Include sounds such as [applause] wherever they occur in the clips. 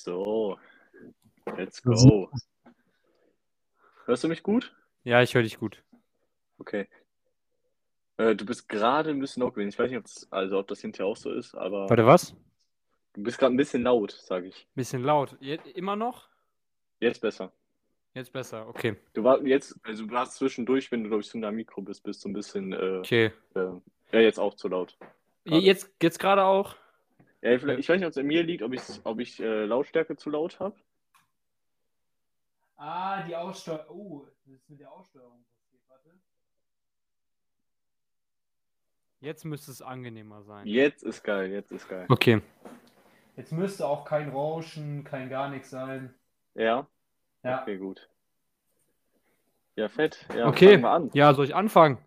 So, let's Also- go. Hörst du mich gut? Ja, ich höre dich gut. Okay. Äh, du bist gerade ein bisschen laut gewesen. Ich weiß nicht, ob das, also ob das hinterher auch so ist, aber Warte, was? du bist gerade ein bisschen laut, sage ich. Bisschen laut. Je immer noch? Jetzt besser. Jetzt besser. Okay. Du warst jetzt, also du warst zwischendurch, wenn du, glaube ich, zu deinem Mikro bist, bist du ein bisschen, äh, Okay. äh, ja, jetzt auch zu laut. Je- Jetzt, jetzt gerade auch? Ja, vielleicht, ich weiß nicht, ob es an mir liegt, ob, ich's, ob ich äh, Lautstärke zu laut habe. Ah, die Aussteuerung. Oh, das ist mit der Aussteuerung passiert. Warte. Jetzt müsste es angenehmer sein. Jetzt ist geil, jetzt ist geil. Okay. Jetzt müsste auch kein Rauschen, kein gar nichts sein. Ja? Ja. Okay, gut. Ja, fett. Ja, Okay. fangen wir an. Ja, soll ich anfangen?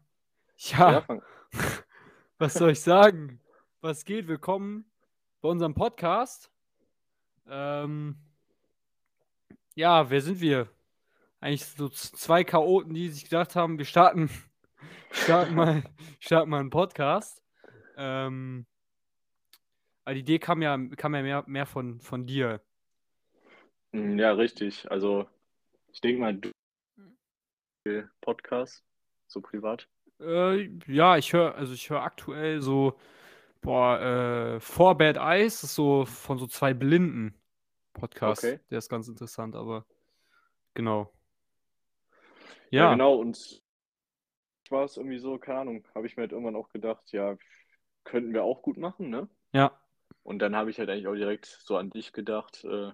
Ja. Ja, fang- Was soll ich sagen? Was geht? Willkommen bei unserem Podcast. Ähm, ja, wer sind wir? Eigentlich so z- zwei Chaoten, die sich gedacht haben, wir starten, [laughs] starten, mal, starten mal einen Podcast. Ähm, aber die Idee kam ja, kam ja mehr, mehr von, von dir. Mm, Ja, richtig. Also, ich denke mal, du Podcast, so privat. Äh, ja, ich höre, also ich höre aktuell so, boah, äh, Four Bad Eyes ist so von so zwei Blinden Podcast. Okay. Der ist ganz interessant, aber genau. Ja, genau. Und war es irgendwie so, keine Ahnung, habe ich mir halt irgendwann auch gedacht, ja, könnten wir auch gut machen, ne? ja, Und dann habe ich halt eigentlich auch direkt so an dich gedacht, äh,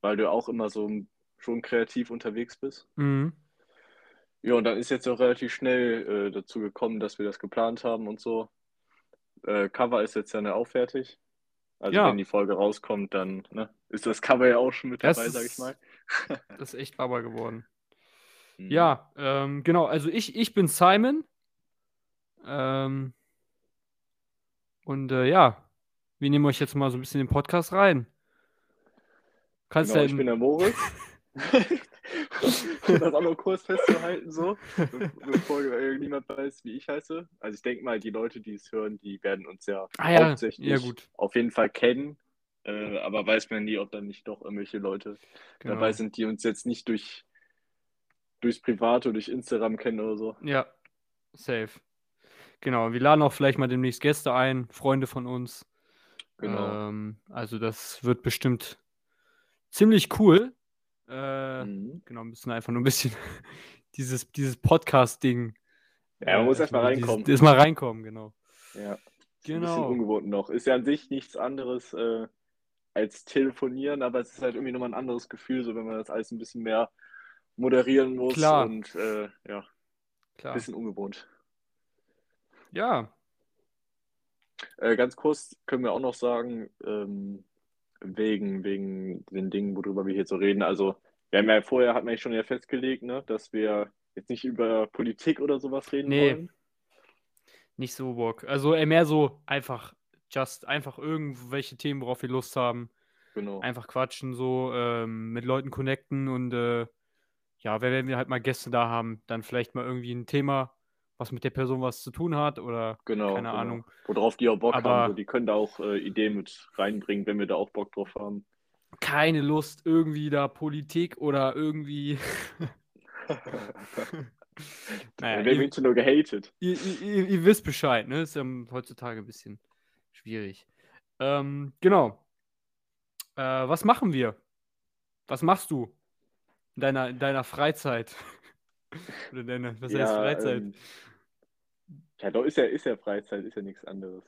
weil du auch immer so schon kreativ unterwegs bist. mhm. Ja, und dann ist jetzt auch relativ schnell äh, dazu gekommen, dass wir das geplant haben und so. Äh, Cover ist jetzt ja ne, auch fertig. Also Ja. wenn die Folge rauskommt, dann ne, ist das Cover ja auch schon mit Das dabei, sag ist- ich mal. Das ist echt Baba geworden. Mhm. Ja, ähm, genau. Also ich, ich bin Simon. Ähm, und äh, ja, wir nehmen euch jetzt mal so ein bisschen in den Podcast rein. Kannst Genau, du ich bin denn, der [laughs] Moritz. um das auch noch kurz festzuhalten, so, be- bevor äh, niemand weiß, wie ich heiße. Also ich denke mal, die Leute, die es hören, die werden uns ja ah ja, hauptsächlich ja gut, auf jeden Fall kennen. Äh, aber weiß man nie, ob dann nicht doch irgendwelche Leute genau. dabei sind, die uns jetzt nicht durch, durchs Private, durch Instagram kennen oder so. Ja, safe. Genau, wir laden auch vielleicht mal demnächst Gäste ein, Freunde von uns. Genau. Ähm, also das wird bestimmt ziemlich cool. Äh, Mhm. Genau, müssen einfach nur ein bisschen [laughs] dieses, dieses Podcast-Ding. äh, Ja, man muss erst mal dieses- reinkommen. Erst mal reinkommen, genau. Ja, ein bisschen Genau. ungewohnt noch. Ist ja an sich nichts anderes äh, als telefonieren, aber es ist halt irgendwie nochmal ein anderes Gefühl, so wenn man das alles ein bisschen mehr moderieren muss Klar. und äh, ja, ein Klar. bisschen ungewohnt. Ja, Äh, ganz kurz können wir auch noch sagen, ähm, wegen, wegen den Dingen, worüber wir hier so reden. Also, wir haben ja vorher, hat man ja schon ja festgelegt, ne, dass wir jetzt nicht über Politik oder sowas reden Nee. wollen. nicht so Bock. Also eher mehr so einfach, just einfach irgendwelche Themen, worauf wir Lust haben. Genau. einfach quatschen, so ähm, mit Leuten connecten und äh, ja, wenn wenn wir halt mal Gäste da haben, dann vielleicht mal irgendwie ein Thema, was mit der Person was zu tun hat oder Genau, keine genau. Ahnung. Worauf die auch Bock Aber- haben. So, die können da auch äh, Ideen mit reinbringen, wenn wir da auch Bock drauf [laughs] haben. [laughs] keine Lust irgendwie da Politik oder irgendwie. [laughs] Naja, naja, wir ihr, werden nur gehatet. ihr, ihr, ihr, ihr wisst Bescheid, ne? Ist ja heutzutage ein bisschen schwierig. Ähm, genau. Äh, was machen wir? Was machst du in deiner, in deiner Freizeit? [laughs] Oder deine, was heißt Freizeit? Ähm, ja, doch, ist ja, ist ja Freizeit, ist ja nichts anderes.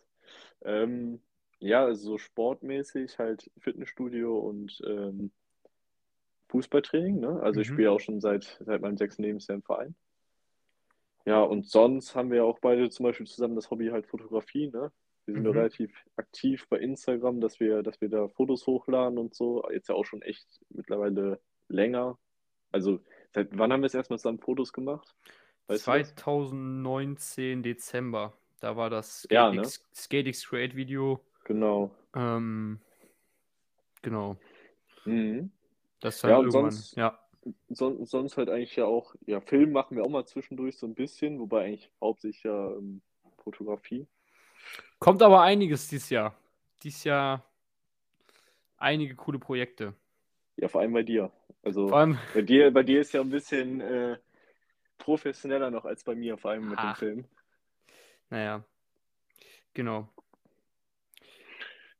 Ähm, ja, also so sportmäßig halt Fitnessstudio und ähm, Fußballtraining, ne? Also ich Mhm. spiele auch schon seit, seit meinem sechsten Lebensjahr im Verein. Ja, und sonst haben wir ja auch beide zum Beispiel zusammen das Hobby halt Fotografie, ne? Wir sind ja Mhm. relativ aktiv bei Instagram, dass wir, dass wir da Fotos hochladen und so. Jetzt ja auch schon echt mittlerweile länger. Also seit wann haben wir es erstmal zusammen Fotos gemacht? Weißt du das? 2019 Dezember. Da war das Ja, ne? Skate X- Skate X Create Video. Genau. Ähm, genau. Mhm. Das Ja, dann und irgendwann. sonst- ja. Son sonst halt eigentlich ja auch, ja, Film machen wir auch mal zwischendurch so ein bisschen, wobei eigentlich hauptsächlich ja ähm, Fotografie. Kommt aber einiges dieses Jahr. Dieses Jahr einige coole Projekte. Ja, vor allem bei dir. Also Vor allem, [laughs] bei dir, bei dir ist ja ein bisschen äh, professioneller noch als bei mir, vor allem mit dem Ach. Film. naja. Genau.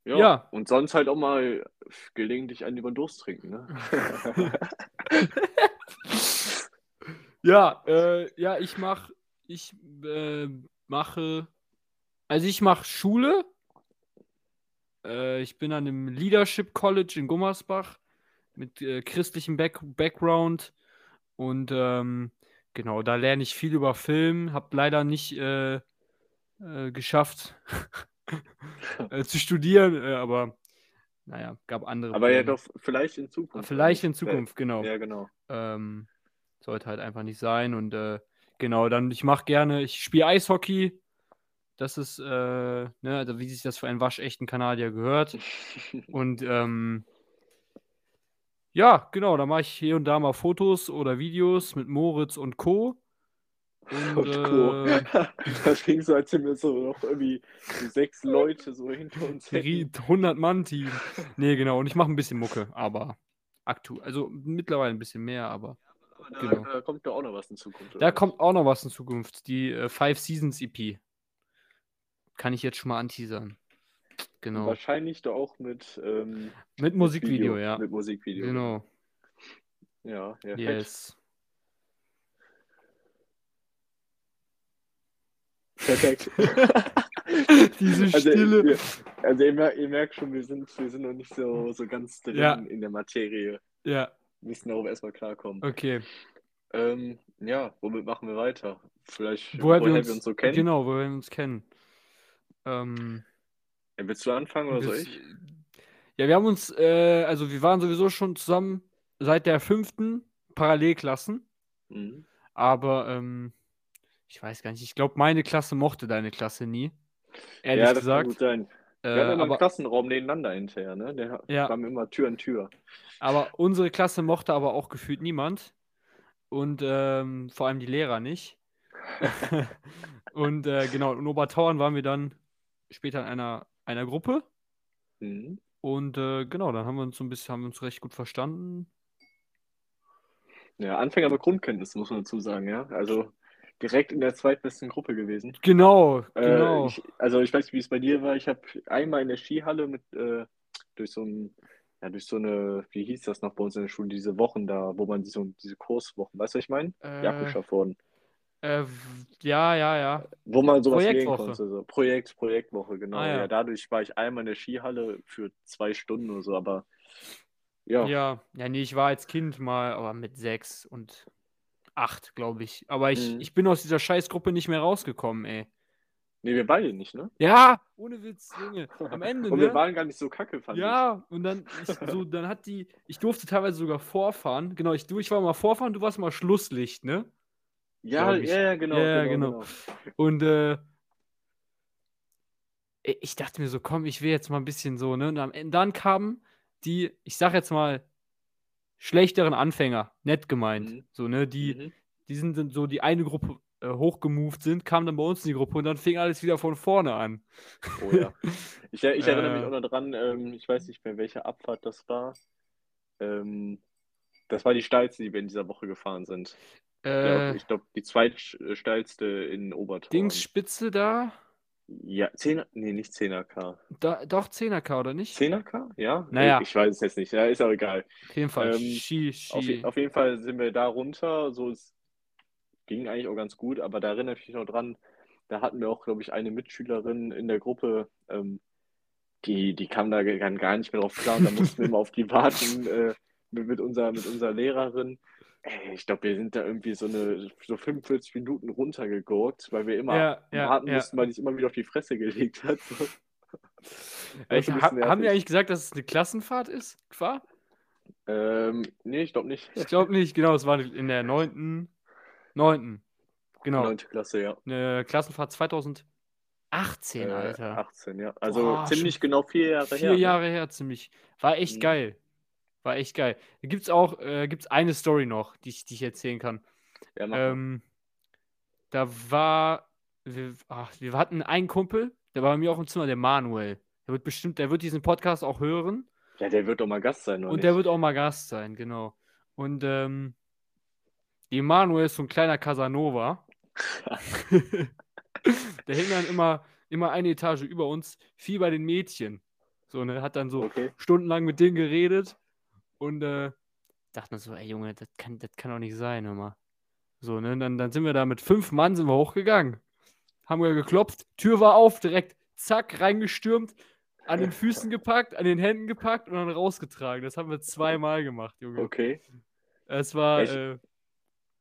Ja. Ja. Und sonst halt auch mal gelegentlich einen über den Durst trinken, [laughs] ne? Ja, äh, ja, ich mach, ich äh, mache, also ich mache Schule. Äh, ich bin an dem Leadership College in Gummersbach mit äh, christlichem Back Background und ähm, genau, da lerne ich viel über Film. Hab leider nicht äh, äh, geschafft [laughs] äh, zu studieren, äh, aber naja, gab andere Aber ja Pläne. doch vielleicht in Zukunft. Vielleicht in Also, Zukunft, genau. Ja, genau. [laughs] Ähm, sollte halt einfach nicht sein. Und äh, genau, dann, ich mache gerne, ich spiele Eishockey. Das ist, äh, ne, also wie sich das für einen waschechten Kanadier gehört. Und ähm, ja, genau, da mache ich hier und da mal Fotos oder Videos mit Moritz und Co. Und, Und Co. äh, Das ging so, als sind wir halt so noch irgendwie sechs Leute so hinter uns Rie- hätten. 100-Mann-Team. Nee, genau, und ich mache ein bisschen Mucke, aber aktuell, also mittlerweile ein bisschen mehr, aber Aber Da, Genau. da kommt da auch noch was in Zukunft. Da oder? kommt auch noch was in Zukunft. Die äh, Five Seasons EP. Kann ich jetzt schon mal anteasern. Genau. Wahrscheinlich da auch mit, ähm, mit Mit Musikvideo, Video, ja. Mit Musikvideo. Genau. Ja, ja. Yes. [laughs] Perfekt. [laughs] Diese Also, Stille. ihr, also ihr, mer ihr merkt schon, wir sind, wir sind noch nicht so, so ganz drin Ja. in der Materie. Ja, Müssen darauf erstmal klarkommen. okay. Ähm, ja, womit machen wir weiter? Vielleicht, Woher, woher wir uns so kennen? Genau, woher wir uns kennen. Ähm, Ja, Willst du anfangen oder soll das- ich? Ja, wir haben uns, äh, also wir waren sowieso schon zusammen seit der fünften Parallelklassen. Mhm. Aber ähm, ich weiß gar nicht. Ich glaube, meine Klasse mochte deine Klasse nie. Ehrlich ja, das kann gesagt. gut sein. Äh, Wir hatten immer einen aber, Klassenraum nebeneinander hinterher, ne? Der Ja. kam immer Tür an Tür. aber unsere Klasse mochte aber auch gefühlt niemand. Und ähm, vor allem die Lehrer nicht. [laughs] und äh, genau, in Obertauern waren wir dann später in einer, einer Gruppe. Mhm. Und äh, genau, dann haben wir uns so ein bisschen, haben wir uns recht gut verstanden. Ja, Anfänger mit Grundkenntnissen, muss man dazu sagen, ja. Also direkt in der zweitbesten Gruppe gewesen. Genau, Äh, genau. ich, also ich weiß nicht, wie es bei dir war. Ich habe einmal in der Skihalle mit äh, durch so ein, ja, durch so eine, wie hieß das noch bei uns in der Schule, diese Wochen da, wo man so diese Kurswochen, weißt du, was ich meine? äh, Ja, abgeschafft worden. äh, w- ja, ja, ja. Wo man sowas wählen Projektwoche. konnte. So. Projekt, Projektwoche, genau. Ah, ja. ja. dadurch war ich einmal in der Skihalle für zwei Stunden oder so, aber Ja. ja, ja. nee, ich war als Kind mal, aber mit sechs und acht, glaube ich. Aber ich, Mhm. ich bin aus dieser Scheißgruppe nicht mehr rausgekommen, ey. nee, wir beide nicht, ne? Ja, ohne Witz, Junge. Am Ende, Und ne? wir waren gar nicht so kacke, fand Ja, und dann, ich, so, dann hat die, ich durfte teilweise sogar vorfahren. Genau, ich, du, ich war mal vorfahren, du warst mal Schlusslicht, ne? ich. Ja, glaub ich. ja, ja, genau, Ja, genau, genau. Und äh, i- ich dachte mir so, komm, ich will jetzt mal ein bisschen so, ne? Und am Ende, dann kamen die, ich sag jetzt mal, schlechteren Anfänger, nett gemeint. Mhm. So, ne? Die, Mhm. die sind dann so, die eine Gruppe äh, hochgemoved sind, kamen dann bei uns in die Gruppe und dann fing alles wieder von vorne an. Mhm. Oh ja. Ich, er- ich erinnere mich Äh. auch noch dran, ähm, ich weiß nicht mehr, welche Abfahrt das war. Ähm, das war die steilste, die wir in dieser Woche gefahren sind. [laughs] Äh, Ja, ich glaube, die zweitsteilste in Obertauern. Dingsspitze da, Ja, 10, nee, nicht 10er-K. da, doch 10er-K, oder nicht? 10er-K? Ja? Naja. Ich, ich weiß es jetzt nicht, ja, ist auch egal. Auf jeden Fall. Ähm, Ski, Auf, je- Ski. auf jeden Fall sind wir da runter, so es ging eigentlich auch ganz gut, aber da erinnere ich mich noch dran, da hatten wir auch, glaube ich, eine Mitschülerin in der Gruppe, ähm, die, die kam da gar gar nicht mehr drauf klar und da mussten wir immer auf [laughs] die warten äh, mit, mit, unserer, mit unserer Lehrerin. Ey, ich glaube, wir sind da irgendwie so, eine, so 45 Minuten runtergegurkt, weil wir immer ja, ja, warten ja. mussten, weil die es immer wieder auf die Fresse gelegt hat. So. Ich, ein ha, bisschen haben nervig. wir eigentlich gesagt, dass es eine Klassenfahrt ist? War? Ähm, nee, ich glaube nicht. [laughs] Ich glaube nicht, genau, es war in der 9. 9. Genau. Neunte Klasse, ja. Eine Klassenfahrt 2018, Äh, Alter. 18, ja. Also Boah, ziemlich schon genau vier Jahre her. Vier ne? Jahre her ziemlich. War echt Mhm. geil. War echt geil. Da gibt es auch äh, gibt's eine Story noch, die ich, die ich erzählen kann. Ja, mach mal. Ähm, da war. Wir, ach, wir hatten einen Kumpel, der war bei mir auch im Zimmer, der Manuel. Der wird bestimmt, der wird diesen Podcast auch hören. Ja, der wird doch mal Gast sein, oder? Und nicht? der wird auch mal Gast sein, genau. Und ähm, Emanuel ist so ein kleiner Casanova. der hing dann immer, immer eine Etage über uns, viel bei den Mädchen. So, ne, hat dann so okay. stundenlang mit denen geredet und äh, dachte mir so, ey Junge, das kann, das kann doch nicht sein, hör mal. So, ne, dann, dann sind wir da mit fünf Mann sind wir hochgegangen. Haben wir geklopft, Tür war auf, direkt zack, reingestürmt, an den Füßen gepackt, an den Händen gepackt und dann rausgetragen. Das haben wir zweimal gemacht, Junge. Okay. Es war, Ich- äh,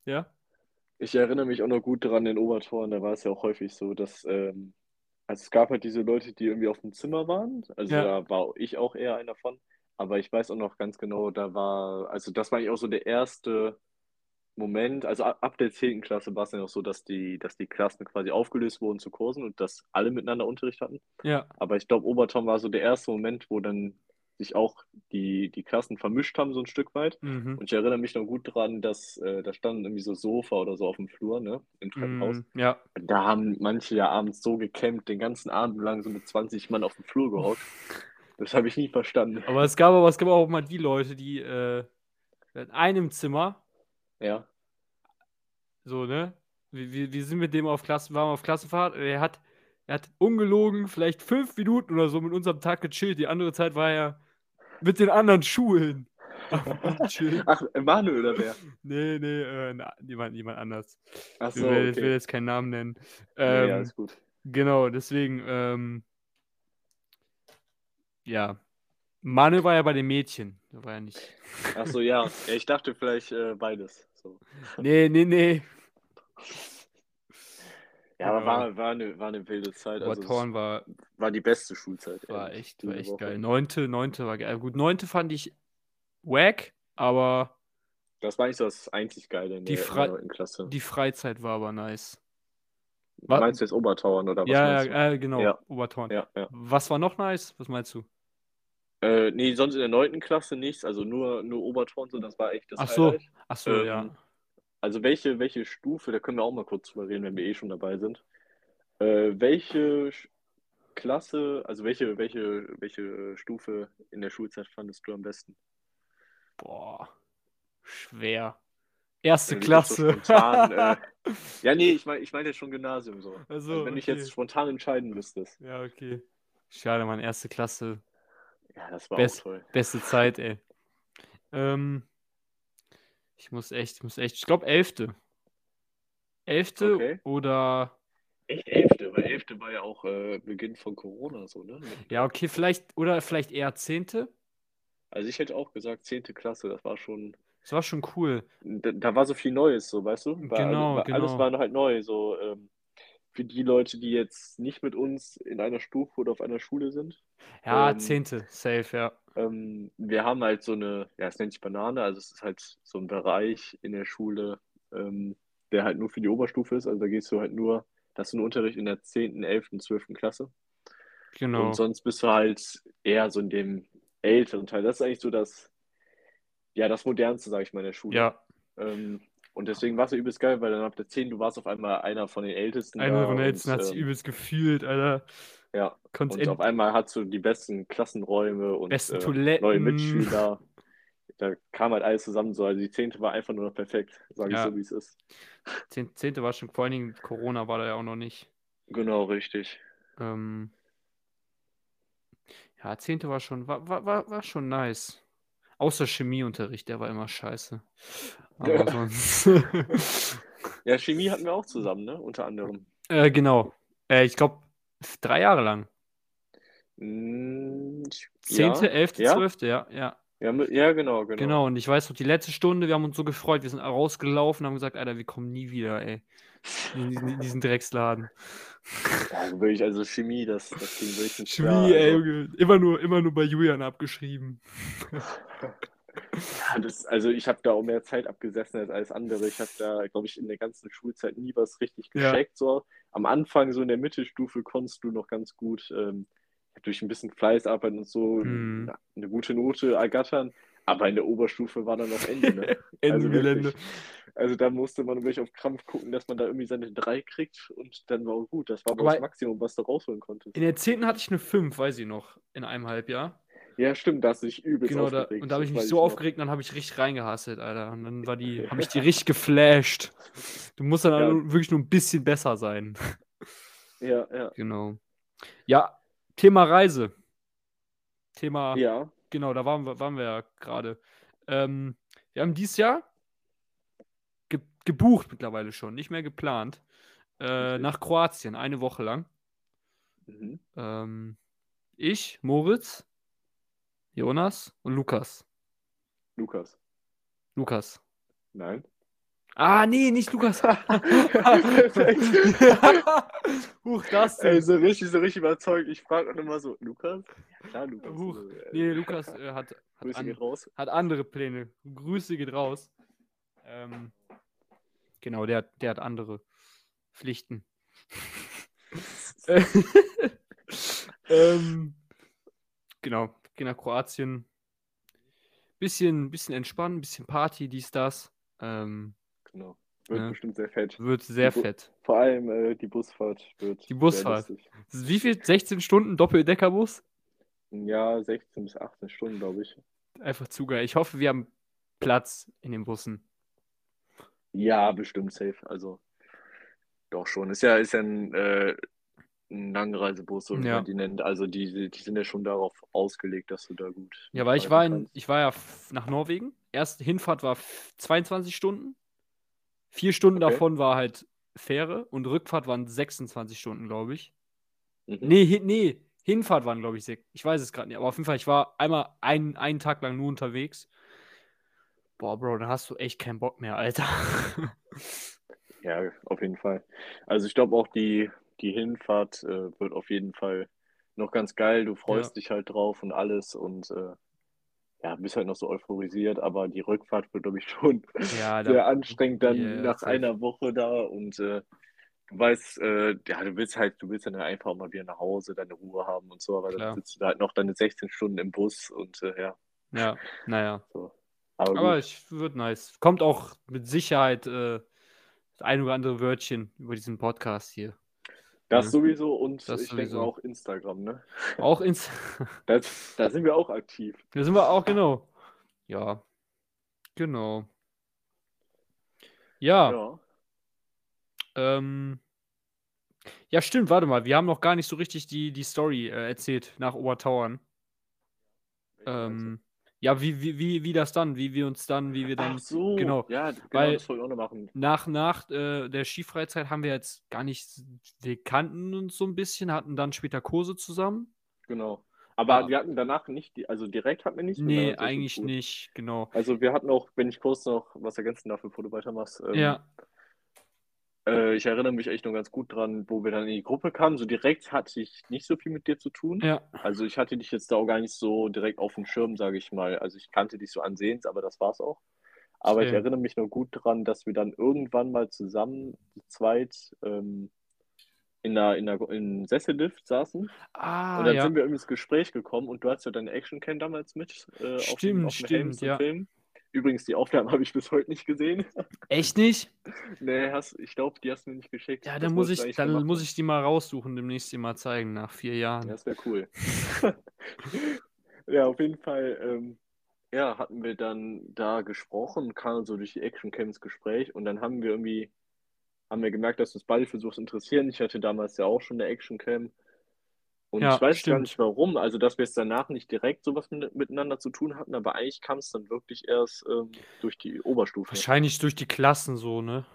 ja, Ich erinnere mich auch noch gut daran, in Obertoren, da war es ja auch häufig so, dass, ähm, also es gab halt diese Leute, die irgendwie auf dem Zimmer waren. Also Ja. da war ich auch eher einer von. Aber ich weiß auch noch ganz genau, da war, also das war eigentlich auch so der erste Moment, also ab, ab der 10. Klasse war es dann auch so, dass die, dass die Klassen quasi aufgelöst wurden zu Kursen und dass alle miteinander Unterricht hatten. ja, Aber ich glaube, Obertown war so der erste Moment, wo dann sich auch die, die Klassen vermischt haben, so ein Stück weit. mhm. Und ich erinnere mich noch gut daran, dass äh, da standen irgendwie so Sofa oder so auf dem Flur, ne, im Treppenhaus. Mhm, ja. Und Da haben manche ja abends so gekämpft, den ganzen Abend lang so mit 20 Mann auf dem Flur gehockt. Das habe ich nie verstanden. Aber es gab aber es gab auch mal die Leute, die äh, in einem Zimmer, Ja, so, ne? Wir, wir, wir sind mit dem auf Klassen, waren auf Klassenfahrt. Er hat, er hat ungelogen vielleicht fünf Minuten oder so mit uns am Tag gechillt. Die andere Zeit war er mit den anderen Schulen. [laughs] am Chillen. ach, Emanuel oder wer? nee, nee, äh, na, jemand, jemand anders. Ach Ich so, will, ich will okay. jetzt keinen Namen nennen. Nee, Ähm, ja, ist gut. Genau, deswegen, ähm, ja. Manuel war ja bei den Mädchen. Der war ja nicht. [laughs] Ach so, ja. Ja, Ich dachte vielleicht äh, beides. So. Nee, nee, nee. Ja, aber Ja. war, war, eine, war eine wilde Zeit. Also, es Oberthorn war, war die beste Schulzeit. war ehrlich, echt, Äh, war diese echt Woche. geil. Neunte, neunte war geil. Gut, neunte fand ich wack, aber Das war eigentlich so das einzig Geile in Die der in Fra- der neunten Klasse. die Freizeit war aber nice. Wa- Meinst du jetzt Obertauern oder was ja, meinst du? ja, äh, genau, Ja. Oberthorn. Ja, ja. Was war noch nice? Was meinst du? Äh, nee, sonst in der neunten Klasse nichts, also nur, nur Oberton, so, das war echt das Ach so, Highlight. ach so, Ähm, ja. Also welche, welche Stufe, da können wir auch mal kurz drüber reden, wenn wir eh schon dabei sind. Äh, welche Sch- Klasse, also welche, welche, welche Stufe in der Schulzeit fandest du am besten? Boah, schwer. Erste Wenn ich jetzt so Klasse. spontan, äh, Ja, nee, ich meine ich mein jetzt schon Gymnasium so. [laughs] also, Also wenn ich jetzt spontan entscheiden müsstest. Ja, okay. Schade, Mann, erste Klasse. Ja, das war Best- auch toll. Beste Zeit, ey. Ähm, ich muss echt, ich muss echt, ich glaube, elfte. Elfte Okay. oder, Echt Elfte, weil Elfte war ja auch äh, Beginn von Corona so, ne? ja, okay, vielleicht, oder vielleicht eher zehnte. Also ich hätte auch gesagt, 10. Klasse, das war schon, Das war schon cool. da, da war so viel Neues, so, weißt du? Weil alle- Genau, weil alles genau. war halt neu, so, ähm, für die Leute, die jetzt nicht mit uns in einer Stufe oder auf einer Schule sind. Ja, Ähm, zehnte, safe, ja. Ähm, wir haben halt so eine, ja, es nennt sich Banane, also es ist halt so ein Bereich in der Schule, ähm, der halt nur für die Oberstufe ist, also da gehst du halt nur, das ist ein Unterricht in der 10., 11., 12. Klasse. Genau. Und sonst bist du halt eher so in dem älteren Teil. Das ist eigentlich so das, ja, das Modernste, sage ich mal, in der Schule. ja, Ähm, und deswegen war es ja übelst geil, weil dann ab der 10, du warst auf einmal einer von den Ältesten einer da von den Ältesten und, hat sich ähm, übelst gefühlt, Alter. ja, Konnt's und end- auf einmal hattest du die besten Klassenräume und besten äh, Toiletten. neue Mitschüler. Da kam halt alles zusammen. So. Also die 10. war einfach nur noch perfekt, sage Ja. ich so, wie es ist. [laughs] Zehn, zehnte war schon, vor allen Dingen Corona war da ja auch noch nicht. Genau, richtig. Ähm, ja, zehnte war schon, war, war, war, war schon nice. Außer Chemieunterricht, der war immer scheiße. Aber sonst. [laughs] Ja, Chemie hatten wir auch zusammen, ne? Unter anderem. äh, genau. Äh, ich glaube, drei Jahre lang. Mm, ich- Zehnte, ja, elfte, ja? zwölfte, ja, ja. ja, mit- ja, genau, genau. Genau, und ich weiß noch, die letzte Stunde, wir haben uns so gefreut, wir sind rausgelaufen, haben gesagt, Alter, wir kommen nie wieder, ey. In diesen, in diesen Drecksladen. Ja, wirklich, also Chemie, das, das ging wirklich nicht Schwie, klar. ey, Also, Junge. Immer nur, immer nur bei Julian abgeschrieben. ja, das, also ich habe da auch mehr Zeit abgesessen als alles andere. Ich habe da, glaube ich, in der ganzen Schulzeit nie was richtig Ja. gecheckt. So. Am Anfang, so in der Mittelstufe, konntest du noch ganz gut ähm, durch ein bisschen Fleißarbeit und so Mhm. na, eine gute Note ergattern. Aber in der Oberstufe war dann noch Ende. Ne? [laughs] Ende Also Gelände. wirklich. Also da musste man wirklich auf Krampf gucken, dass man da irgendwie seine 3 kriegt und dann war auch gut. Das war aber Aber- das Maximum, was du rausholen konntest. In der 10. hatte ich eine 5, weiß ich noch, in einem Halbjahr. Ja, stimmt, da hast du dich übelst Genau, da, aufgeregt, und da habe ich das mich weiß so noch. aufgeregt und dann habe ich richtig reingehasselt, Alter. Und dann [laughs] war die, habe ich die richtig geflasht. Du musst dann Ja. nur- wirklich nur ein bisschen besser sein. Ja, ja. Genau. Ja, Thema Reise. Thema, Ja, genau, da waren wir, waren wir ja gerade. Ähm, wir haben dieses Jahr ge gebucht mittlerweile schon, nicht mehr geplant. Äh, Richtig. nach Kroatien, eine Woche lang. mhm. Ähm, ich, Moritz, Jonas und Lukas. Lukas. Lukas. Nein. Ah, nee, nicht [laughs] Lukas. [laughs] Perfekt. Huch, das denn. Ey, so richtig, so richtig überzeugt. Ich frage auch immer so, Lukas? Ja, klar, Lukas. Huch. So, äh, Nee, Lukas äh, hat, hat, Grüße an, gehen raus. hat andere Pläne. Grüße geht raus. Ähm, genau, der, hat- der hat andere Pflichten. Äh, ähm, genau, geh nach Kroatien. Bisschen, bisschen entspannen, bisschen Party, dies, das. Ähm, Genau. Wird Ja. bestimmt sehr fett. wird sehr Bu- fett. Vor allem äh, die Busfahrt wird. Die Busfahrt. sehr lustig. Wie viel? 16 Stunden Doppeldeckerbus? Ja, 16 bis 18 Stunden, glaube ich. Einfach zu geil. Ich hoffe, wir haben Platz in den Bussen. Ja, bestimmt safe. Also, doch schon. Ist ja, ist ja ein, äh, ein Langreisebus so ein Ja. Kontinent. Also, die, die sind ja schon darauf ausgelegt, dass du da gut Ja, weil ich war, mitreisen in, ich war ja f- nach Norwegen. Erste Hinfahrt war f- 22 Stunden. Vier Stunden Okay. davon war halt Fähre und Rückfahrt waren 26 Stunden, glaube ich. kannst. Mhm. Nee, hin, nee, Hinfahrt waren, glaube ich, sechs. Ich weiß es gerade nicht, aber auf jeden Fall, ich war einmal einen, einen Tag lang nur unterwegs. Boah, Bro, dann hast du echt keinen Bock mehr, Alter. [laughs] Ja, auf jeden Fall. Also ich glaube auch die, die Hinfahrt äh, wird auf jeden Fall noch ganz geil. Du freust dich halt drauf und alles und äh, ja, bist halt noch so euphorisiert, aber die Rückfahrt wird, glaube ich, [laughs] schon ja, sehr anstrengend dann Ja, nach safe. einer Woche da und äh, du weißt, äh, ja, du willst halt, du willst dann einfach mal wieder nach Hause, deine Ruhe haben und so, aber dann Klar. sitzt du da halt noch deine 16 Stunden im Bus und äh, ja, ja, naja. so. Aber Aber gut, es wird nice. Kommt auch mit Sicherheit äh, das ein oder andere Wörtchen über diesen Podcast hier. das ja. sowieso und Das ich denke sowieso. mal auch Instagram, ne? Auch ins. Das, da sind wir auch aktiv. da sind wir auch, genau. Ja. Genau. Ja. Ja. Ähm, ja, stimmt, warte mal. Wir haben noch gar nicht so richtig die, die Story äh, erzählt nach Obertauern. Ähm, ja, wie, wie, wie, wie das dann, wie wir uns dann, wie wir Also. Ach dann so, genau, ja, genau, weil- das wollte ich auch noch machen. nach, nach äh, der Skifreizeit haben wir jetzt gar nicht, wir kannten uns so ein bisschen, hatten dann später Kurse zusammen. Genau. Aber Ja. wir hatten danach nicht, die, also direkt hatten wir nicht. Ah. Nee, sondern das ist eigentlich gut. nicht, genau. Also wir hatten auch, wenn ich kurz noch was ergänzen darf, bevor du weitermachst. Ähm, Ja, äh, ich erinnere mich echt nur ganz gut dran, wo wir dann in die Gruppe kamen. So direkt hatte ich nicht so viel mit dir zu tun. ja, Also ich hatte dich jetzt da auch gar nicht so direkt auf dem Schirm, sage ich mal. Also ich kannte dich so ansehens, aber das war's auch. Aber ich Same. erinnere mich noch gut dran, dass wir dann irgendwann mal zusammen, zu zweit, ähm, in der, in der, im Sessellift saßen. Ah, und dann ja. sind wir irgendwie ins Gespräch gekommen und du hast ja deine Action Cam damals mit äh, auf Stimmt, dem, auf dem Helm stimmt, zum ja. Film. Übrigens, die Aufnahmen [laughs] habe ich bis heute nicht gesehen. Echt nicht? nee, hast, ich glaube, die hast du mir nicht geschickt. Ja, Das dann muss wolltest du ich, eigentlich dann mal muss machen. ich die mal raussuchen, demnächst die mal zeigen, nach vier Ja, Jahren. Das wäre cool. [laughs] [laughs] ja, auf jeden Fall. Ähm, ja, hatten wir dann da gesprochen, kamen so durch die Action Cam ins Gespräch und dann haben wir irgendwie, haben wir gemerkt, dass uns beide für sowas interessieren. Ich hatte damals ja auch schon eine Action Cam. Und Ja, ich weiß stimmt. gar nicht warum, also dass wir es danach nicht direkt sowas mit, miteinander zu tun hatten, aber eigentlich kam es dann wirklich erst ähm, durch die Oberstufe. Wahrscheinlich durch die Klassen so, ne?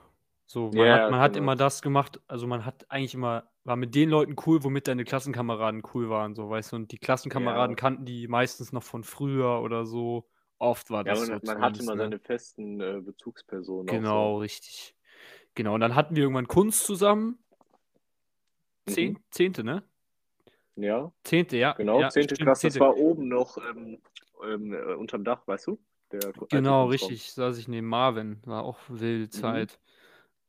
So, man, Ja, hat, man hat genau. immer das gemacht, also man hat eigentlich immer, war mit den Leuten cool, womit deine Klassenkameraden cool waren, so, weißt du, und die Klassenkameraden Ja. kannten die meistens noch von früher oder so. Oft war Ja, das man, so. man hatte zumindest, immer ne? seine festen äh, Bezugspersonen. auch so. Genau, richtig. Genau, und dann hatten wir irgendwann Kunst zusammen. Mhm. Zehn, Zehnte, ne? Ja. Zehnte, ja. Genau, ja, 10. stimmt, Klasse, das Zehnte. war oben noch ähm, ähm, äh, unterm Dach, weißt du? Der alte Genau, Kunstraum. richtig. Saß ich neben Marvin. War auch Mhm. wilde Zeit.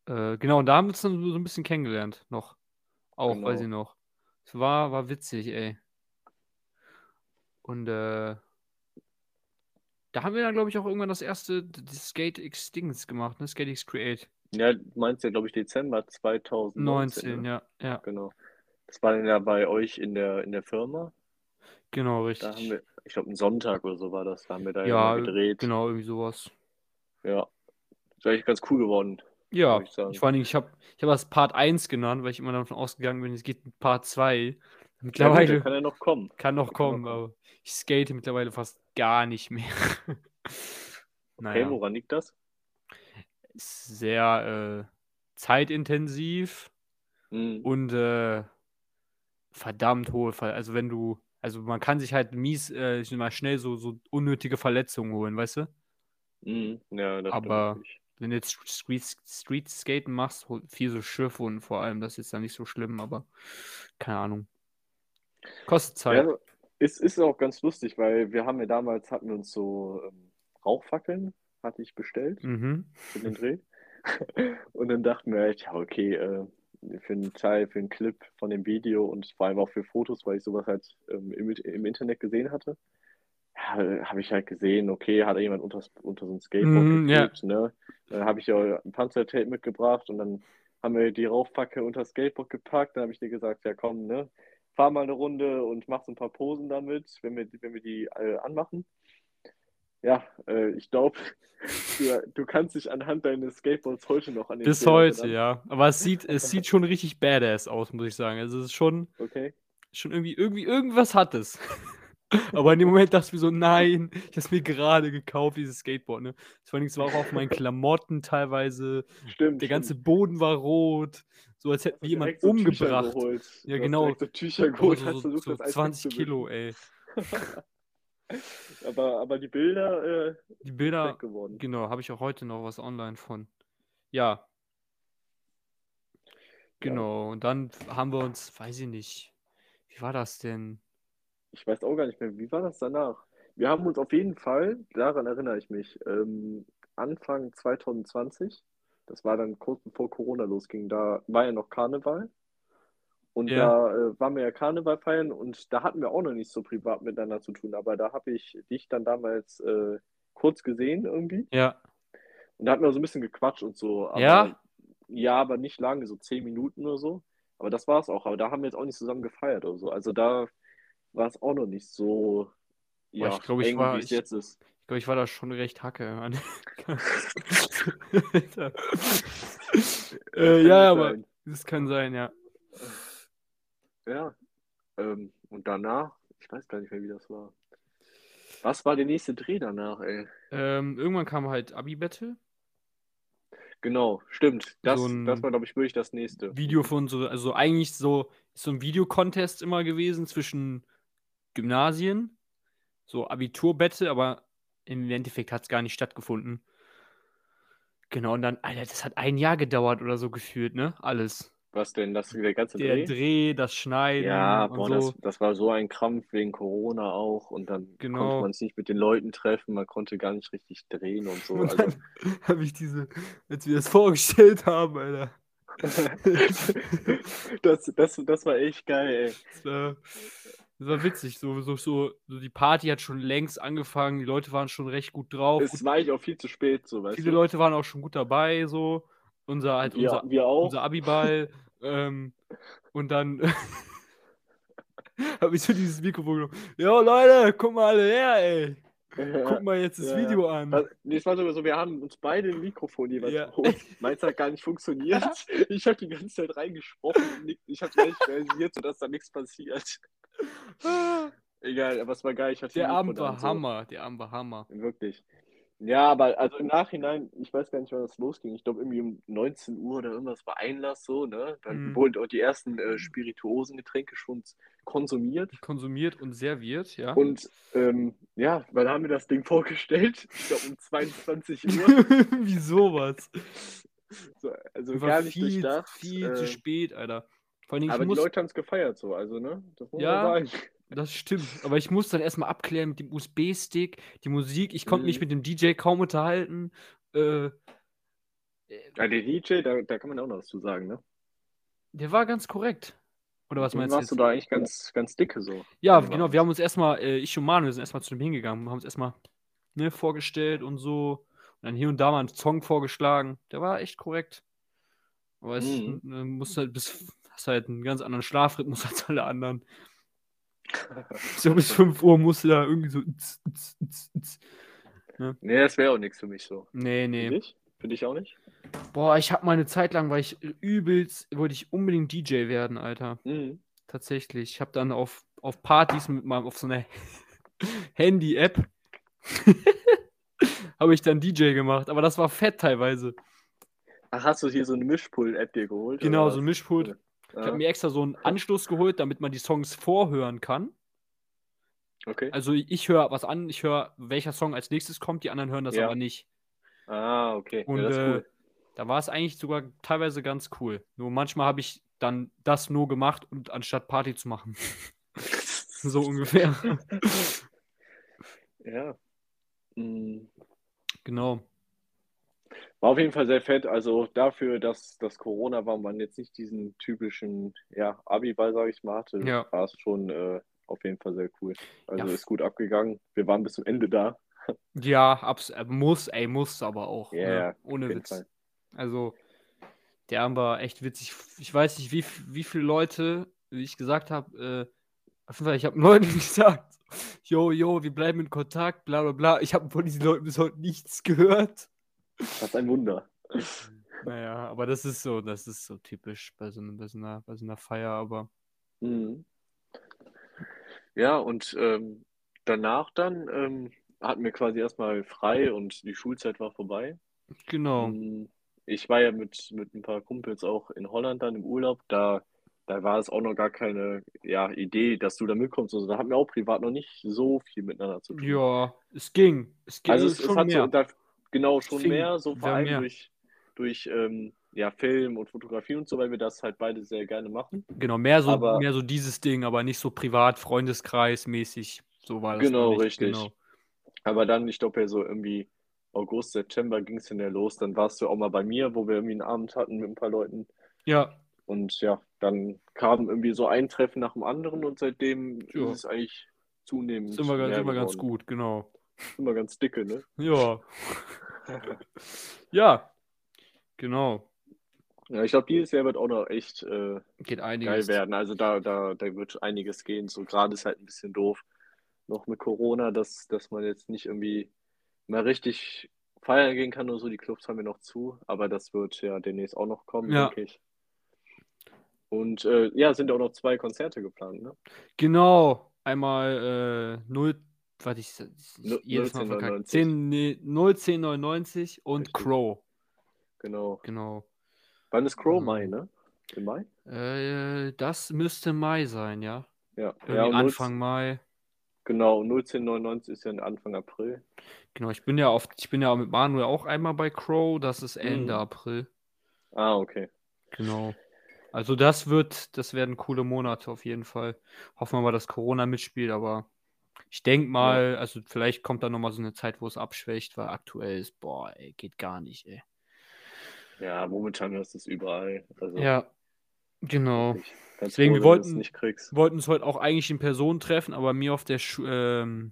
Äh, genau, und da haben wir uns dann so so ein bisschen kennengelernt noch. Auch, Genau. weiß ich noch. Es war, war witzig, ey. Und äh, da haben wir dann, glaube ich, auch irgendwann das erste d- das Skate X Dings gemacht, ne? Skate X Create. Ja, du meinst ja, glaube ich, Dezember 2019. 19, ne? ja, ja, Genau. Das war dann ja bei euch in der, in der Firma. genau, richtig. Da haben wir, ich glaube, ein Sonntag oder so war das, da haben wir da Ja, immer gedreht. Genau, irgendwie sowas. Ja. Ist eigentlich ganz cool geworden. Ja, Würd ich sagen. ich, vor allen Dingen, ich habe ich hab das Part 1 genannt, weil ich immer davon ausgegangen bin, es geht ein Part 2. Ja, gut, der Mittlerweile kann ja noch kommen. kann noch kommen, kommen. aber ich skate mittlerweile fast gar nicht mehr. [laughs] Okay, naja, woran liegt das? ist sehr äh, zeitintensiv Hm. und äh, verdammt hohe Ver Also wenn du, also man kann sich halt mies, äh, ich sag mal schnell so, so unnötige Verletzungen holen, weißt du? Hm. Ja, das stimmt Aber- natürlich. Wenn du jetzt Street, Street Skaten machst, hol- viel so Schiffwunden vor allem, das ist jetzt dann nicht so schlimm, aber keine Ahnung. Kostet Zeit. Ja, es ist auch ganz lustig, weil wir haben ja damals, hatten wir uns so ähm, Rauchfackeln, hatte ich bestellt Mhm. für den Dreh. [laughs] Und dann dachten wir echt, ja, okay, äh, für einen Teil, für einen Clip von dem Video und vor allem auch für Fotos, weil ich sowas halt ähm, im, im Internet gesehen hatte, ja, habe ich halt gesehen, okay, hat jemand unter, unter so ein Skateboard Mhm, ja. geklebt, ne? Dann habe ich ja ein Panzertape mitgebracht und dann haben wir die Rauchfackel unter das Skateboard gepackt. Dann habe ich dir gesagt, ja komm, ne? Fahr mal eine Runde und mach so ein paar Posen damit, wenn wir, wenn wir die äh, anmachen. Ja, äh, ich [laughs] glaube, du, du kannst dich anhand deines Skateboards heute noch an den Bis Fehler heute, erinnern. ja. Aber es sieht, es sieht schon richtig badass aus, muss ich sagen. Also es ist schon, Okay. schon irgendwie, irgendwie, irgendwas hat es. [laughs] Aber in dem Moment dachte ich mir so, nein, ich habe es mir gerade gekauft, dieses Skateboard. Ne? Vor allen Dingen, es war auch auf meinen [laughs] Klamotten teilweise. Stimmt. Der ganze stimmt. Boden war rot. So als hätten Du hast die jemand direkt so Tücher umgebracht. geholt. Du hast genau. direkt So Tücher Oh, geholt, hast so, so, versucht, so das Eis 20 wegzuwischen. Kilo, ey. Aber, aber die Bilder äh, Die Bilder, weg geworden. genau, habe ich auch heute noch was online von. Ja, genau. Und dann haben wir uns, weiß ich nicht, wie war das denn? Ich weiß auch gar nicht mehr, wie war das danach? Wir haben uns auf jeden Fall, daran erinnere ich mich, ähm, Anfang 2020, das war dann kurz bevor Corona losging, da war ja noch Karneval. Und Ja. da äh, waren wir ja Karneval feiern und da hatten wir auch noch nicht so privat miteinander zu tun, aber da habe ich dich dann damals äh, kurz gesehen irgendwie. Ja, Und da hatten wir so ein bisschen gequatscht und so. Aber, Ja? Ja, aber nicht lange, so zehn Minuten oder so. Aber das war es auch. Aber da haben wir jetzt auch nicht zusammen gefeiert oder so. Also da war es auch noch nicht so ja, ich glaub, ich eng, war- wie es ich- jetzt ist. ich glaube, ich war da schon recht hacke. Mann. [laughs] Das äh, kann ja, gut aber sein. das kann sein, ja. Ja. Ähm, und danach, ich weiß gar nicht mehr, wie das war. Was war der nächste Dreh danach, ey? Ähm, irgendwann kam halt Abi-Battle. Genau, stimmt. Das, So ein das war, glaube ich, wirklich das nächste. Video von so, also eigentlich so, ist so ein Videocontest immer gewesen zwischen Gymnasien, so Abiturbattle, aber im Endeffekt hat es gar nicht stattgefunden. Genau, und dann, Alter, das hat ein Jahr gedauert oder so gefühlt, ne? Alles. Was denn? Das, der ganze Der Dreh? Dreh, das Schneiden Ja, und boah, so. das, das war so ein Krampf wegen Corona auch und dann Genau. konnte man sich nicht mit den Leuten treffen, man konnte gar nicht richtig drehen und so. und Also, dann [laughs] habe ich diese, als wir das vorgestellt haben, Alter. [laughs] das, das, das war echt geil, ey. Das war, das war witzig. So, so, so, so, die Party hat schon längst angefangen, die Leute waren schon recht gut drauf. Es war ich auch viel zu spät, so, weißt Viele du? Leute waren auch schon gut dabei, so. Unser, halt, wir, unser, wir auch. [laughs] unser Abiball. ähm, und dann [laughs] habe ich so dieses Mikrofon genommen. Jo, Leute, guck mal alle her, ey. Guck mal jetzt das Ja, ja. Video Was- an. Also, Nee, es war sogar so, wir haben uns beide ein Mikrofon jeweils Ja. geholt. Meins hat gar nicht funktioniert. [laughs] Ich habe die ganze Zeit reingesprochen. und nick- Ich habe nicht realisiert, sodass da nichts passiert. Ah, Egal, aber es war geil. Ich hatte Der ein Mikro Abend da war und so. Hammer, der Abend war Hammer. Wirklich. Ja, aber also im Nachhinein, ich weiß gar nicht, wann das losging. Ich glaube, irgendwie um 19 Uhr oder irgendwas war Einlass so, ne? Dann Mhm. wurden auch die ersten äh, Spirituosengetränke schon konsumiert. Konsumiert und serviert, ja. [laughs] Und ähm, ja, wann haben wir das Ding [laughs] vorgestellt? Ich glaube, um [laughs] 22 Uhr. Wie sowas. So, also war gar nicht viel, durchdacht. viel äh, zu spät, Alter. Vor allen Dingen, ich aber die muss, Leute haben es gefeiert so, also, ne? Das muss Ja. man sagen. das stimmt, aber ich muss dann erstmal abklären mit dem USB-Stick, die Musik, ich konnte mich Mhm. mit dem DJ kaum unterhalten. Äh, Ja, der DJ, da, da kann man auch noch was zu sagen, ne? der war ganz korrekt. Oder was Dem meinst du? warst Jetzt? du da eigentlich ganz, ganz dicke so. ja, dem genau, Abend. wir haben uns erstmal, äh, ich und Manuel sind erstmal zu ihm hingegangen, haben uns erstmal ne, vorgestellt und so. Und dann hier und da mal einen Song vorgeschlagen. Der war echt korrekt. Aber es ne, Mhm. [laughs] [laughs] äh, muss halt bis hast halt einen ganz anderen Schlafrhythmus als alle anderen. So bis 5 Uhr musst du da irgendwie so. tz, tz, tz, tz. Nee, das wäre auch nichts für mich so. Nee, Für nee. dich? Für dich auch nicht? Boah, ich hab mal eine Zeit lang, weil ich übelst, wollte ich unbedingt DJ werden, Alter. Mhm. Tatsächlich. Ich hab dann auf, auf Partys mit meinem, auf so einer [laughs] Handy-App, [laughs] habe ich dann DJ gemacht. Aber das war fett teilweise. Ach, hast du hier so eine Mischpult-App dir geholt? Genau, oder so ein was? Mischpult. Ich Ah, habe mir extra so einen Anschluss geholt, damit man die Songs vorhören kann. Okay. Also ich höre was an, ich höre, welcher Song als nächstes kommt, die anderen hören das Ja. aber nicht. Ah, okay. Und ja, das ist äh, cool. da war es eigentlich sogar teilweise ganz cool. Nur manchmal habe ich dann das nur gemacht und anstatt Party zu machen. [laughs] so [laughs] ungefähr. Ja. Mhm. genau. War auf jeden Fall sehr fett. Also dafür, dass das Corona war, und man jetzt nicht diesen typischen ja, Abi-Ball, sage ich mal, hatte, Ja. war es schon äh, auf jeden Fall sehr cool. Also Ja. ist gut abgegangen. Wir waren bis zum Ende da. Ja, abs äh, muss, ey, muss aber auch. Ja, ja, ne? Ohne auf jeden Witz. Fall. Also, der Abend war echt witzig. Ich weiß nicht, wie, f- wie viele Leute, wie ich gesagt habe, äh, auf jeden Fall, ich habe Leuten [laughs] gesagt, yo, yo, wir bleiben in Kontakt, bla, bla, bla. Ich habe von diesen Leuten bis heute nichts gehört. Was ein Wunder. Naja, aber das ist so, das ist so typisch bei so, einem- bei so, einer, bei so einer Feier, aber Mhm. Ja, und ähm, danach dann ähm, hatten wir quasi erstmal frei und die Schulzeit war vorbei. genau. Mm, Ich war ja mit, mit ein paar Kumpels auch in Holland dann im Urlaub. Da, da war es auch noch gar keine ja, Idee, dass du da mitkommst. Also, da hatten wir auch privat noch nicht so viel miteinander zu tun. Ja, es ging. Es ging Also es, es schon hat mehr. so da, genau schon Fing- mehr, so vor ja, allem mehr. durch, durch ähm, ja, Film und Fotografie und so, weil wir das halt beide sehr gerne machen. Genau, mehr so, Aber- mehr so dieses Ding, aber nicht so privat, Freundeskreis mäßig. So war das. gar Genau, nicht. richtig. Genau. Aber dann, ich glaube ja so irgendwie August, September ging es dann ja los. Dann warst du auch mal bei mir, wo wir irgendwie einen Abend hatten mit ein paar Leuten. Ja, Und ja, dann kam irgendwie so ein Treffen nach dem anderen und seitdem Ja. ist es eigentlich zunehmend ist immer, ganz- mehr immer ganz geworden. gut, genau. Immer ganz dicke, ne? [laughs] Ja. ja, genau. Ja, ich glaube, dieses Jahr wird auch noch echt äh, Geht geil einiges. werden. Also da, da, da wird einiges gehen. So gerade ist halt ein bisschen doof. Noch mit Corona, dass, dass man jetzt nicht irgendwie mal richtig feiern gehen kann oder so. Die Clubs haben wir noch zu, aber das wird ja demnächst auch noch kommen, Ja. denke ich. Und äh, ja, sind auch noch zwei Konzerte geplant, ne? Genau. Einmal äh, 0, warte, ich, ich Nu- jedes Mal 010,99. verkackt. 10, nee, 01099 und Richtig. Crow. Genau. Genau. Wann ist Crow Mhm. Mai, ne? Im Mai? Äh, das müsste Mai sein, ja. Ja. Irgendwie ja und Anfang Mai. 0, genau, und 01099 ist ja Anfang April. Genau, ich bin ja auf, ich bin ja mit Manuel auch einmal bei Crow, das ist Ende Mhm. April. Ah, okay. Genau. Also das wird, das werden coole Monate auf jeden Fall. Hoffen wir mal, dass Corona mitspielt, aber ich denke mal, also vielleicht kommt da nochmal so eine Zeit, wo es abschwächt, weil aktuell ist, boah, ey, geht gar nicht, ey. Ja, momentan hörst du es überall. Also, Ja, genau. wirklich. Ganz Deswegen, froh, wir wenn du es wollten- nicht kriegst. Wir wollten uns heute auch eigentlich in Person treffen, aber mir auf der, Schu ähm,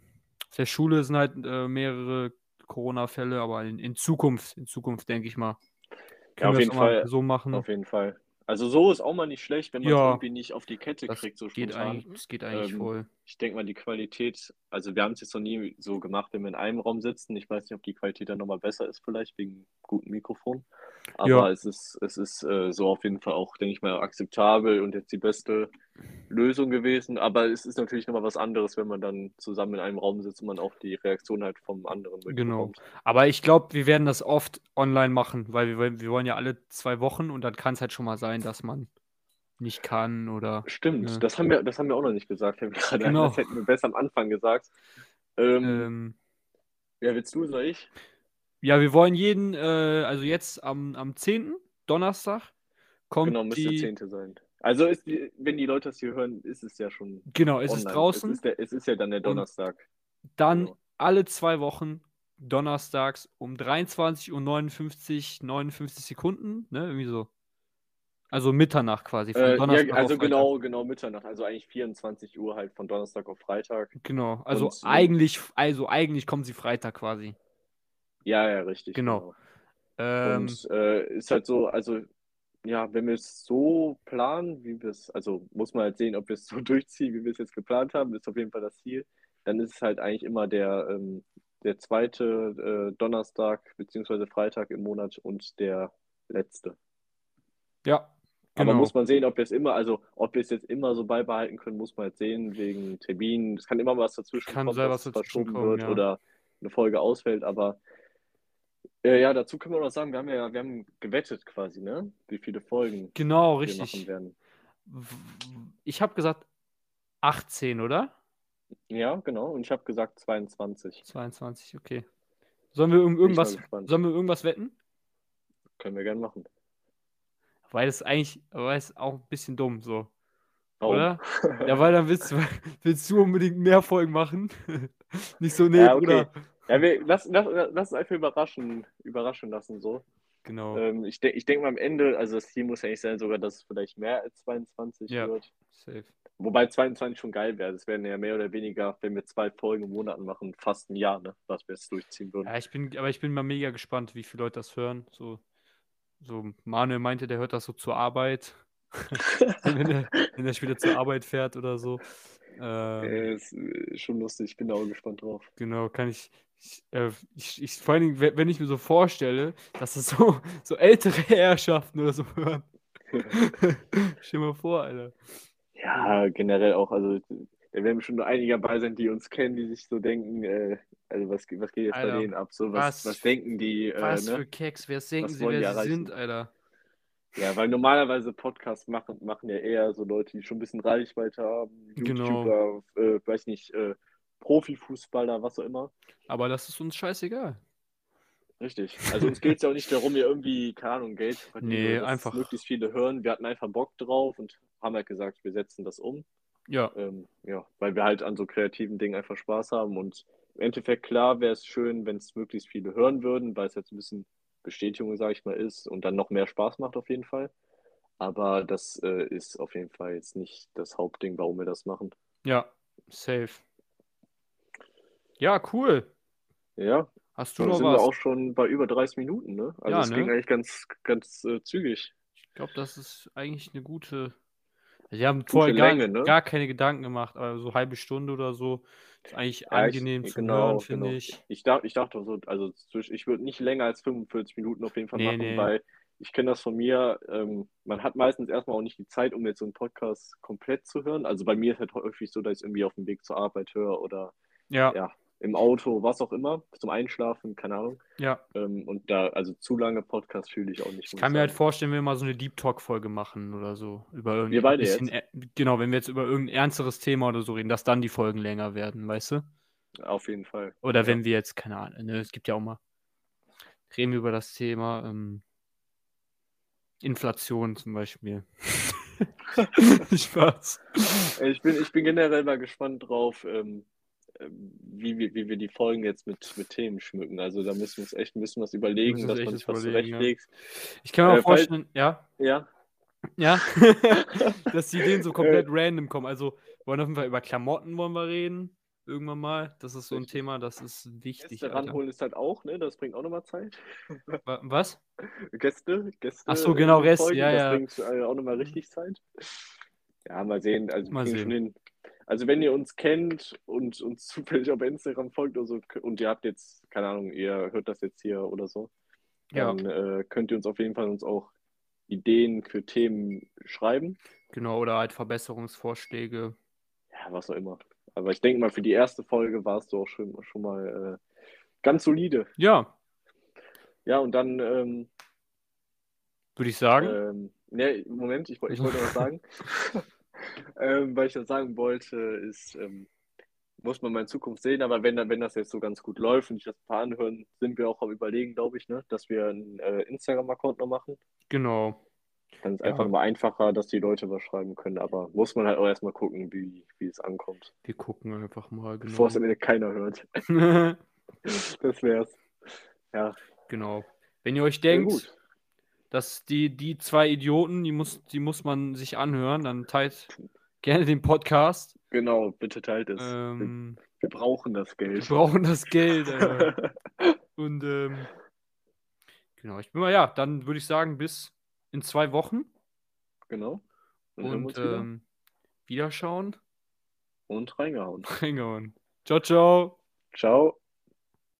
auf der Schule sind halt äh, mehrere Corona-Fälle, aber in, in Zukunft, in Zukunft denke ich Ja, mal. Können auf wir das jeden auch mal Fall. So machen. Auf jeden Fall. Also so ist auch mal nicht schlecht, wenn man es Ja. irgendwie nicht auf die Kette Das kriegt, so geht spontan. eigentlich, das geht eigentlich Ähm, voll. Ich denke mal, die Qualität, also wir haben es jetzt noch nie so gemacht, wenn wir in einem Raum sitzen. Ich weiß nicht, ob die Qualität dann nochmal besser ist, vielleicht wegen gutem Mikrofon. Aber Ja. es ist, es ist äh, so auf jeden Fall auch, denke ich mal, akzeptabel und jetzt die beste Lösung gewesen. Aber es ist natürlich nochmal was anderes, wenn man dann zusammen in einem Raum sitzt und man auch die Reaktion halt vom anderen Genau. mitbekommt. Aber ich glaube, wir werden das oft online machen, weil wir, wollen- wir wollen ja alle zwei Wochen und dann kann es halt schon mal sein, dass man nicht kann oder. Stimmt, Ja. das haben wir, das haben wir auch noch nicht gesagt, fällt mir gerade ein. Genau. Das hätten wir besser am Anfang gesagt. Ähm, Ähm, ja, willst du, soll ich? ja, wir wollen jeden, äh, also jetzt am, am 10. Donnerstag kommt Genau, müsste die. Zehnte sein. Also ist, die- wenn die Leute das hier hören, ist es ja schon Genau, es ist online. draußen. Es ist, der, es ist ja dann der Donnerstag. dann genau. alle zwei Wochen donnerstags um 23 Uhr 59, 59 Sekunden, ne? Irgendwie so. Also Mitternacht quasi. von Äh, Donnerstag ja, auf also Freitag. genau, genau Mitternacht. Also eigentlich 24 Uhr halt von Donnerstag auf Freitag. Genau. Also Und- äh, eigentlich, also eigentlich kommen sie Freitag quasi. Ja, ja, richtig. Genau. Ähm, Und äh, ist halt so, also ja, wenn wir es so planen, wie wir es, also muss man halt sehen, ob wir es [laughs] so durchziehen, wie wir es jetzt geplant haben, ist auf jeden Fall das Ziel. Dann ist es halt eigentlich immer der, ähm, der zweite äh, Donnerstag bzw. Freitag im Monat und der letzte. Ja. genau. Aber muss man sehen, ob wir es immer, also ob wir es jetzt immer so beibehalten können, muss man jetzt sehen, wegen Terminen. Es kann immer was dazwischen Kann kommen, sein, dass was es verschoben dazwischen kommt, wird ja. oder eine Folge ausfällt, aber äh, ja, dazu können wir noch sagen, wir haben ja, wir haben gewettet quasi, ne? Wie viele Folgen genau, wir machen richtig. werden. W- Ich habe gesagt 18, oder? Ja, genau. Und ich habe gesagt 22. 22, okay. Sollen wir Bin irgend- ich mal irgendwas, gespannt. sollen wir irgendwas wetten? Können wir gerne machen. Weil das ist eigentlich, weil das ist auch ein bisschen dumm so, Warum? oder? Ja, weil dann willst, du- [laughs] willst du unbedingt mehr Folgen machen. [laughs] Nicht so, nee, Ja, okay. Bruder. Ja, wir, lass, lass, lass uns einfach überraschen, überraschen lassen so. Genau. Ähm, ich denke ich denk mal am Ende, also das Ziel muss ja nicht sein, sogar, dass es vielleicht mehr als 22 Ja. wird. Safe. Wobei 22 schon geil wäre. Das wären ja mehr oder weniger, wenn wir zwei Folgen im Monat machen, fast ein Jahr, ne, was wir jetzt durchziehen würden. Ja, ich bin, aber ich bin mal mega gespannt, wie viele Leute das hören. So, so Manuel meinte, der hört das so zur Arbeit. [laughs] wenn, er, wenn er später zur Arbeit fährt oder so. Ähm, Äh, ist äh, schon lustig, ich bin da auch gespannt drauf. Genau, kann ich. Ich, äh, ich, ich vor allen Dingen, we- wenn ich mir so vorstelle, dass es so, so ältere [laughs] Herrschaften oder so [laughs] hören. Stell dir mal vor, Alter. Ja, generell auch, also da werden schon einige dabei sein, die uns kennen, die sich so denken, äh, also was, was geht jetzt Alter, bei denen ab? So, was, was- was, denken die? Äh, Was ne? für Keks, wer denken Was sie, wollen die wer sie erreichen? sind, Alter. Ja, weil normalerweise Podcasts machen, machen ja eher so Leute, die schon ein bisschen Reichweite haben, Genau. YouTuber, äh, weiß nicht, äh, Profifußballer, was auch immer. Aber das ist uns scheißegal. Richtig. Also uns geht es ja auch nicht darum, hier irgendwie, keine Ahnung, Geld zu verdienen, Nee, oder dass einfach- möglichst viele hören. Wir hatten einfach Bock drauf und haben halt gesagt, wir setzen das um. Ja, Ähm, ja, weil wir halt an so kreativen Dingen einfach Spaß haben. Und im Endeffekt, klar, wäre es schön, wenn es möglichst viele hören würden, weil es jetzt ein bisschen Bestätigung, sage ich mal, ist und dann noch mehr Spaß macht auf jeden Fall. Aber das äh, ist auf jeden Fall jetzt nicht das Hauptding, warum wir das machen. ja, safe. Ja, cool. Ja, Hast du dann noch sind wir was? auch schon bei über 30 Minuten, ne? Also Ja, es ne? ging eigentlich ganz, ganz äh, zügig. Ich glaube, das ist eigentlich eine gute. Also wir haben Gute vorher gar, Länge, ne? gar keine Gedanken gemacht, aber so halbe Stunde oder so ist eigentlich ich- angenehm zu genau, hören, finde genau. ich. Ich dachte, ich dachte so, also zwisch- ich würde nicht länger als 45 Minuten auf jeden Fall Nee, machen, nee. weil ich kenne das von mir. Ähm, man hat meistens erstmal auch nicht die Zeit, um jetzt so einen Podcast komplett zu hören. Also bei mir ist halt häufig so, dass ich es irgendwie auf dem Weg zur Arbeit höre oder Ja, ja. ja, im Auto, was auch immer, zum Einschlafen, keine Ahnung. Ähm, und da, also zu lange Podcast fühle ich auch nicht. Ich muss kann mir halt sagen. vorstellen, wenn wir mal so eine Deep Talk-Folge machen oder so. Über irgendein Wir beide bisschen ä- Genau, wenn wir jetzt über irgendein ernsteres Thema oder so reden, dass dann die Folgen länger werden, weißt du? Auf jeden Fall. Oder Ja. wenn wir jetzt, keine Ahnung, ne, es gibt ja auch mal, reden wir über das Thema ähm, Inflation zum Beispiel. [laughs] Spaß. Ich bin, ich bin generell mal gespannt drauf, ähm, ähm, wie, wir- wie wir die Folgen jetzt mit, mit Themen schmücken. Also da müssen wir uns echt ein bisschen was überlegen, Müssen dass uns echt man was sich was überlegen, ja. zurechtlegt. Ich kann mir Äh, auch falls- vorstellen, ja. Ja. Ja, [laughs] dass die Ideen so Äh. komplett random kommen. Also, wir wollen auf jeden Fall über Klamotten wollen wir reden. Irgendwann mal. Das ist so ein Richtig. Thema, das ist wichtig. Gäste Alter. ranholen ist halt auch, ne? Das bringt auch nochmal Zeit. Wa- Was? Gäste, Gäste. Ach so, genau, äh, Rest, Folgen, ja, das ja. bringt äh, auch nochmal richtig Zeit. Ja, mal sehen. Also, wir Mal kriegen sehen. schon hin. Also, wenn ihr uns kennt und uns [laughs] zufällig auf Instagram folgt oder so, und ihr habt jetzt, keine Ahnung, ihr hört das jetzt hier oder so, Ja, dann äh, könnt ihr uns auf jeden Fall uns auch Ideen für Themen schreiben. genau. Oder halt Verbesserungsvorschläge. Ja, was auch immer. Aber ich denke mal, für die erste Folge warst du auch schon, schon mal äh, ganz solide. Ja, Ja, und dann, ähm, würde ich sagen. ähm, ne, Moment, ich, woll- ich wollte noch was sagen. ähm, weil ich das sagen wollte, ist, ähm, muss man mal in Zukunft sehen, aber wenn, da- wenn das jetzt so ganz gut läuft und ich das ein paar anhören, sind wir auch am Überlegen, glaube ich, ne, dass wir einen äh, Instagram-Account noch machen. Genau. Dann ist es Ja. einfach mal einfacher, dass die Leute was schreiben können, aber muss man halt auch erstmal gucken, wie, wie es ankommt. Wir gucken einfach mal. Bevor es am [laughs] Genau. Ende keiner hört. [laughs] Das wär's. Ja, genau. Wenn ihr euch sehr denkt, gut. dass die, die zwei Idioten, die muss, die muss man sich anhören, dann [laughs] teilt gerne den Podcast. Genau, bitte teilt es. Ähm, Wir brauchen das wir Geld. brauchen das Geld. Alter. [laughs] Und ähm, genau, ich bin mal, ja, dann würde ich sagen, bis in zwei Wochen Genau. Dann hören wir und uns wieder. ähm, [laughs] wieder schauen. und reingehauen. Reingehauen. Ciao, ciao. Ciao.